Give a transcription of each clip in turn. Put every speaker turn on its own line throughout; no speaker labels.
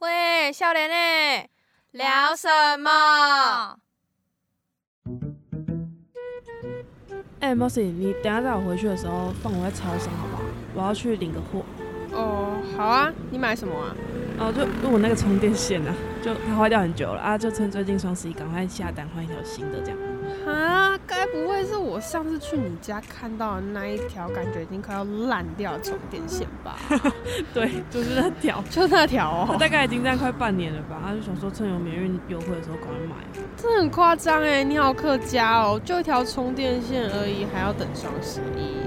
诶，少年诶，聊什么？
哎、m o s s y 你等一下带我回去的时候放我在超商好不好？我要去领个货。
哦，好啊，你买什么啊？
哦，就就我那个充电线啊，就它坏掉很久了啊，就趁最近双十一赶快下单换一条新的这样。
啊，该不会是我上次去你家看到的那一条，感觉已经快要烂掉的充电线 吧？
对，就是那条。
就那条
它
哦，
大概已经这样快半年了吧，他就想说趁有免运优惠的时候赶快买。
真的很夸张哎！你好客家哦，就一条充电线而已，还要等双十一。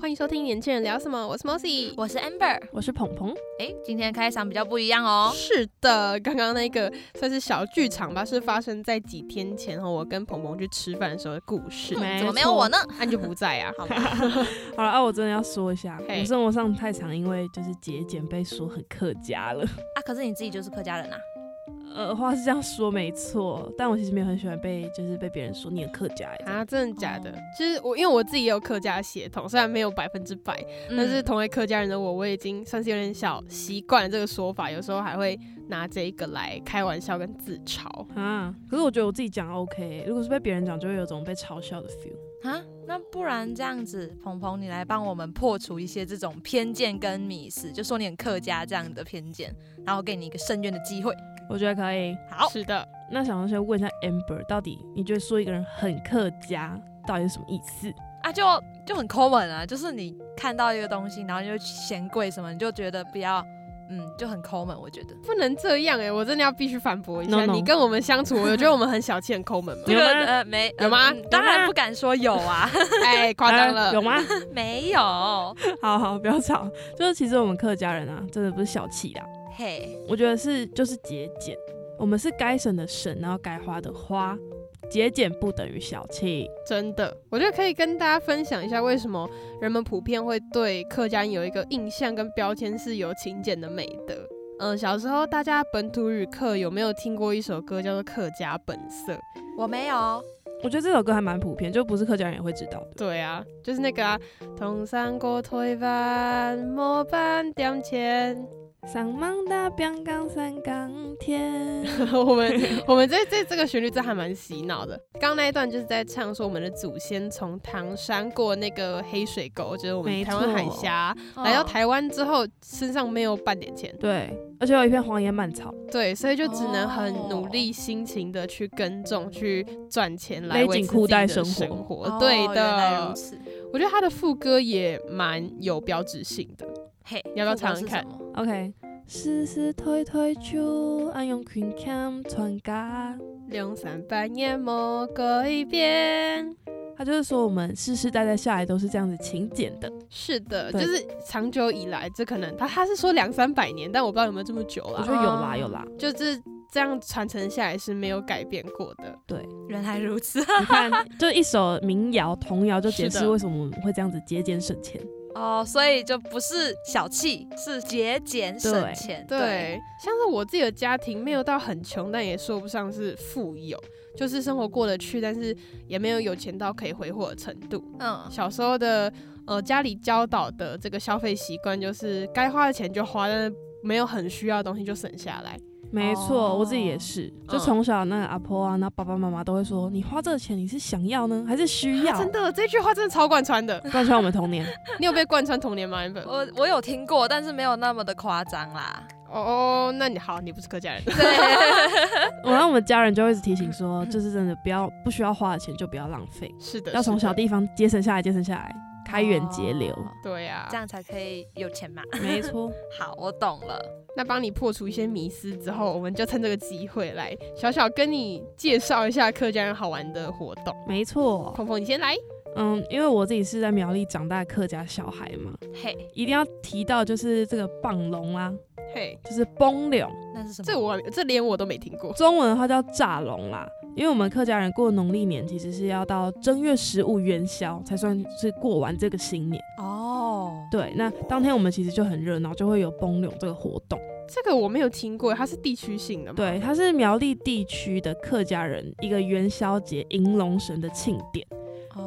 欢迎收听《年轻人聊什么》，我是 Mossy，
我是 Amber，
我是鹏鹏，
诶，今天开场比较不一样哦。
是的，刚刚那个算是小剧场吧，是发生在几天前后，我跟鹏鹏去吃饭的时候的故事。
没
哦怎么没有我呢？
那、你就不在啊？
好 吧，
好了啊，我真的要说一下，
嘿
我生活上太常因为就是节俭被说很客家了。
啊，可是你自己就是客家人啊。
呃，话是这样说没错，但我其实没有很喜欢被就是被别人说你很客家、欸。
啊，真的假的？
哦
其实我因为我自己也有客家血统，虽然没有百分之百，但是
嗯
同为客家人的我，我已经算是有点小习惯了这个说法，有时候还会拿这一个来开玩笑跟自嘲。
啊，可是我觉得我自己讲 OK，如果是被别人讲，就会有种被嘲笑的 feel。
啊，那不然这样子，鹏鹏，你来帮我们破除一些这种偏见跟迷思，就说你很客家这样的偏见，然后给你一个深渊的机会。
我觉得可以。
好，
是的，
那想要先问一下 Amber，到底你觉得说一个人很客家，到底是什么意思？
啊，就就很 common 啊，就是你看到一个东西，然后你就嫌贵什么，你就觉得不要，嗯，就很 common。我觉得？
不能这样哎、我真的要必须反驳一下
No, no
你跟我们相处，我觉得我们很小气、很抠门吗
有吗
呃没
有吗
呃嗯当然不敢说有啊，
哎，夸张
啊
了
有。吗？
没有。
好好，不要吵。就是其实我们客家人啊，真的不是小气啦，
嘿，
我觉得是就是节俭，我们是该省的省，然后该花的花，节俭不等于小气。
真的，我觉得可以跟大家分享一下，为什么人们普遍会对客家人有一个印象跟标签是有勤俭的美德。嗯，小时候大家本土语课有没有听过一首歌叫做《客家本色》？
我没有。
我觉得这首歌还蛮普遍，就不是客家人也会知道的。
对啊，就是那个啊，同山过推翻，莫半点钱。
上芒大边港三港天，
我们 我们这这这个旋律真还蛮洗脑的。刚刚那一段就是在唱说我们的祖先从唐山过那个黑水沟，就是我们
没
台湾海
错
峡，来到
嗯
台湾之后身上没有半点钱。
对，而且有一片荒野蔓草，
对，所以就只能很
哦
努力、辛勤的去耕种、去赚钱来
勒
维
紧
持
裤
自己
带
的
生活
生活。
哦
对
原来如
的，
此。
我觉得他的副歌也蛮有标志性的。
嘿，
要不要
副歌
尝
是
看
什么？
OK，时时推推出，俺用 Queen Cam 传家。
两三半夜莫改变。
他就是说我们世世代代下来都是这样子勤俭的，
是的，就
对
是长久以来，这可能他他是说两三百年，但我不知道有没有这么久
我
啦嗯
觉，得有
啊
啦有啦。
就是这样传承下来是没有改变过的。
原来如此。
你看，就一首民谣童谣就解
是
释
的
为什么我们会这样子节俭省钱。
哦，所以就不是小气，是节俭省
对
钱。
对，像是我自己的家庭，没有到很穷，但也说不上是富有，就是生活过得去，但是也没有有钱到可以挥霍的程度。
嗯，
小时候的呃家里教导的这个消费习惯，就是该花的钱就花，但是没有很需要的东西就省下来。
没错，我自己也
哦
是，就
嗯
从小那个阿婆啊，那爸爸妈妈都会说，你花这个钱你是想要呢，还是需要？
啊真的，这句话真的超贯穿的。
贯穿我们 童年。
你有被贯穿童年吗？原本哦
我我有听过，但是没有那么的夸张啦。
哦，那你好，你不是客家人。
对，
我让我们家人就会一直提醒 说，就是真的不要不需要花的钱就不要浪费，
是的，
要从
是的
小。地方节省下来，节省下来，开源节流。
哦
对啊呀、
这样才可以有钱嘛。
没错，
好，我懂了。
那帮你破除一些迷思之后，我们就趁这个机会来小小跟你介绍一下客家人好玩的活动。
没错。
鹏鹏，你先来。
嗯，因为我自己是在苗栗长大的客家小孩嘛，
嘿，
一定要提到就是这个棒龙啦、
嘿，
就是崩龙，
那是什么？
这我这连我都没听过。
中文的话叫炸龙啦。因为我们客家人过农历年其实是要到正月十五元宵才算是过完这个新年。
哦，
对，那当天我们其实就很热闹，就会有崩龙这个活动。
这个我没有听过，它是地区性的吗？
对，它是苗栗地区的客家人一个元宵节迎龙神的庆典。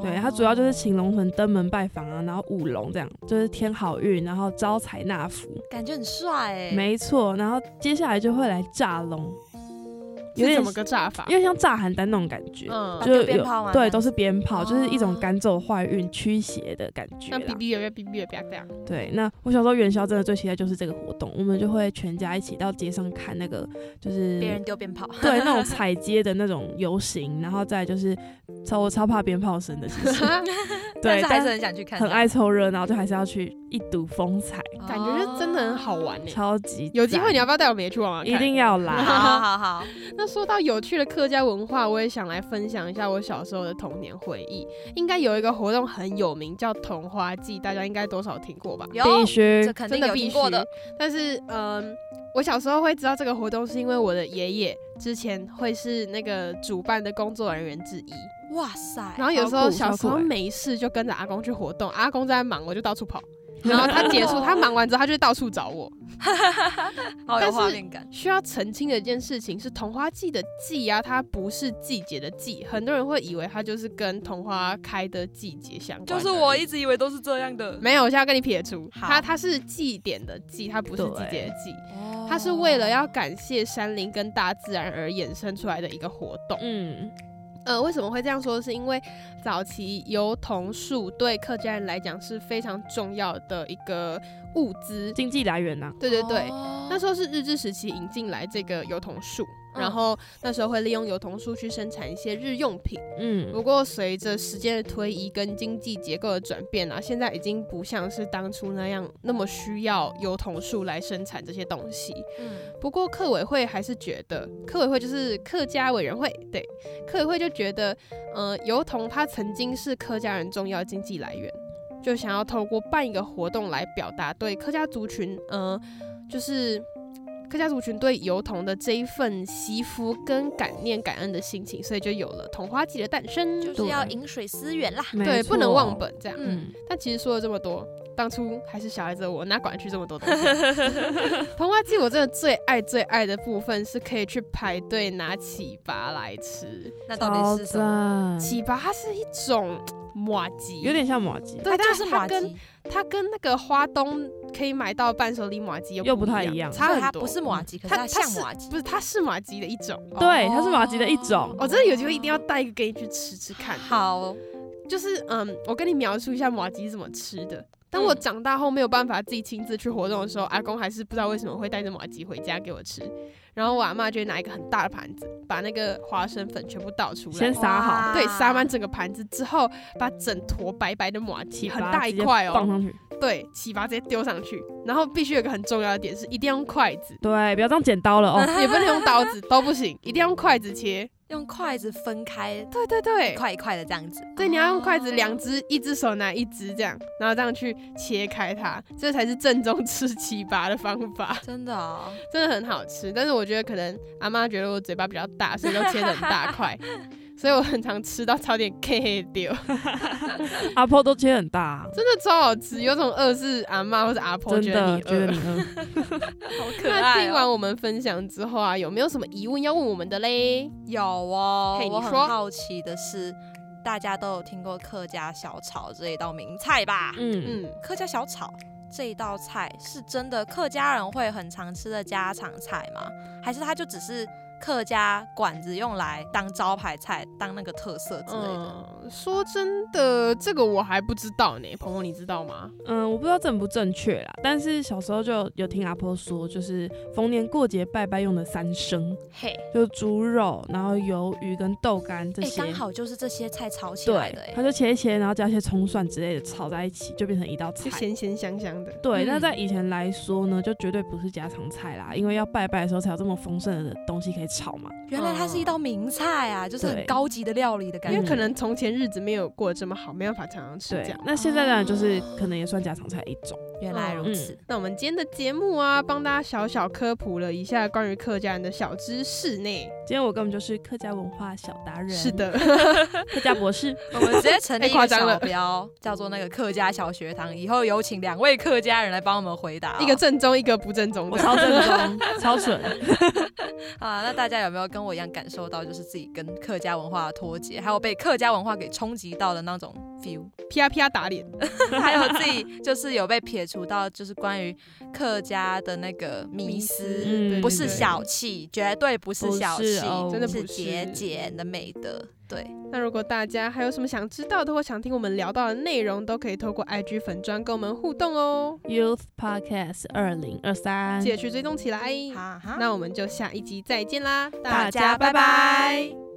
对，
哦
它主要就是请龙神登门拜访啊，然后舞龙这样，就是添好运，然后招财纳福。
感觉很帅哎、
没错，然后接下来就会来炸龙，有
是
点
怎么个炸法？
有点像炸邯郸那种感觉，
嗯，
就
就鞭
有
炮啊吗这
对，
样
都是鞭炮，就是一种
哦
赶走坏运、驱邪的感觉
那
啦
哔。哔哔哔哔哔这样。
对，那我小时候元宵真的最期待就是这个活动，我们就会全家一起到街上看那个，就是
别人丢鞭炮，
对那 种踩街的那种游行，然后再来就是超我超怕鞭炮声 的，其实
但
对，
是还
但
是很想去看，
很爱凑热闹，就还是要去一睹风采，
哦，
感觉就真的很好玩呢。
超级
有机会你
要
要不要带我们也去玩玩看？
一定要
好。
来，
好好 好，
那说到有趣的客家文化，我也想来分享一下我小时候的童年回忆。应该有一个活动很有名，叫桐花祭，大家应该多少听过吧？
有
必
这
须
肯
真
定有
的必
听
须
过的，。
但是，嗯，我小时候会知道这个活动，是因为我的爷爷之前会是那个主办的工作人员之一。
哇塞，
然后有时
超
候
酷
小
超
时候
酷欸
没事就跟着阿公去活动，阿公在忙，我就到处 跑。然后他结束，他忙完之后，他就到处找我。
好有
但是
画面感，
需要澄清的一件事情是，桐花季的季啊，它不是季节的季，很多人会以为它就是跟桐花开的季节相关。
就是我一直以为都是这样的，
没有，我现在要跟你撇除，
好
它它是祭典的祭，它不是季节的季，
哦
它是为了要感谢山林跟大自然而衍生出来的一个活动。
嗯，
呃，为什么会这样说？是因为早期油桐树对客家人来讲是非常重要的一个物资。
经济来源啊呐，
对对对，
哦
那时候是日治时期引进来这个油桐树，
嗯
然后那时候会利用油桐树去生产一些日用品。不
嗯，
过随着时间的推移跟经济结构的转变啊，现在已经不像是当初那样那么需要油桐树来生产这些东西。
嗯
不过客委会还是觉得，客委会就是客家委员会，对，客委会就觉得，呃，油桐它曾经是客家人重要经济来源，就想要透过办一个活动来表达对客家族群，呃，就是客家族群对油桐的这一份惜福跟感念感恩的心情，所以就有了桐花季的诞生，
就是要
对
饮水思源啦，
没
对，不能忘
错，
本这样。
嗯
嗯，
但其实说了这么多，当初还是小孩子的我，哪管得去这么多东西？
嗯
童话季我真的最爱最爱的部分是可以去排队拿起拔来吃。
那到
超
底是什么？
赞，
起拔它是一种麻吉，
有点像马吉，
对，
它
但
就是是
它
马
跟
吉，
它跟那个花东可以买到伴手礼马吉
又
不
不太一样
差
所
很
以它
多。嗯
不是马吉，可是
它
它像
它是
马吉哦
不，是，它是马吉的一种。哦
对它是马吉的一种
我、真的有机会一定要带一个给你去吃吃看。
好，
就是嗯，我跟你描述一下马吉是怎么吃的。当我
嗯
长大后没有办法自己亲自去活动的时候，阿公还是不知道为什么会带着马吉回家给我吃。然后我阿妈就会拿一个很大的盘子，把那个花生粉全部倒出来
先，撒好，
哇
对，撒满整个盘子之后，把整坨白白的马吉
起
很
拔
大一
直接
块
放
哦，
上去，，
对，起拔直接丢上去。然后必须有一个很重要的点是，一定要用筷子
对，不要这样剪刀了哦，
也不能用刀子，都不行，一定要用筷子切。
用筷子分开
对对对
一，块一块的这样子，
对，你要用筷子，
哦
两只，一只手拿一只这样，然后这样去切开它，这才是正宗吃奇拔的方法，
真的哦，
真的很好吃。但是我觉得可能阿妈觉得我嘴巴比较大，所以都切得很 大块，所以我很常吃到差点 K 掉，嗯
阿婆都切很大，
真的超好吃，有种饿是阿妈或者阿婆
真
觉得
的
你
觉得
饿。
你饿。
好可
那
爱哦
听完我们分享之后啊，有没有什么疑问要问我们的嘞？
有哦
嘿，你
我很
说
好奇的是，大家都有听过客家小炒这一道名菜吧？
嗯，
嗯，
客家小炒这一道菜是真的客家人会很常吃的家常菜吗？还是它就只是客家馆子用来当招牌菜、当那个特色之类的？
嗯，说真的，这个我还不知道呢，鹏鹏你知道吗？
嗯，我不知道正不正确啦，但是小时候就有听阿婆说，就是逢年过节拜拜用的三牲，
嘿，
就是猪肉，然后鱿鱼跟豆干这
哎，
些。嗯
刚好就是这些菜炒起来
对
的，
它
哎，
就切一切，然后加一些葱蒜之类的炒在一起，就变成一道
就
菜。
咸咸香香的。
对，
嗯
那在以前来说呢，就绝对不是家常菜啦，因为要拜拜的时候才有这么丰盛的东西可以炒嘛。
原来它是一道名菜啊，就是很
对
高级的料理的感
因为
觉。
可能从前日子没有过得这么好，没办法常常吃这
对
样，。
啊
那现在当然就是可能也算家常菜一种。
原来如
嗯
此，
那我们今天的节目啊，帮大家小小科普了一下关于客家人的小知识呢。
今天我根本就是客家文化小达人，
是，的，
客家 博士。
我们直接成立一
太夸
个
张了
小标，叫做那个客家小学堂。以后有请两位客家人来帮我们回答哦、
一个正宗，一个不正宗
我
的。
超正宗，超蠢。
啊，那大家有没有跟我一样感受到，就是自己跟客家文化脱节，还有被客家文化给冲击到的那种 feel？
啪啪打脸，
还有自己就是有被撇除到，就是关于客家的那个迷思，
嗯
不是
对
小气，绝对不是
不
小
是
气，
哦
真的不
是
是
节俭的美德。对，
那如果大家还有什么想知道的或想听我们聊到的内容，都可以透过 IG 粉砖跟我们互动哦，
Youth Podcast 二零二
嗯
三
记，得去追踪起来。
哈哈，
那我们就下一集再见啦，
大家
拜
拜拜
拜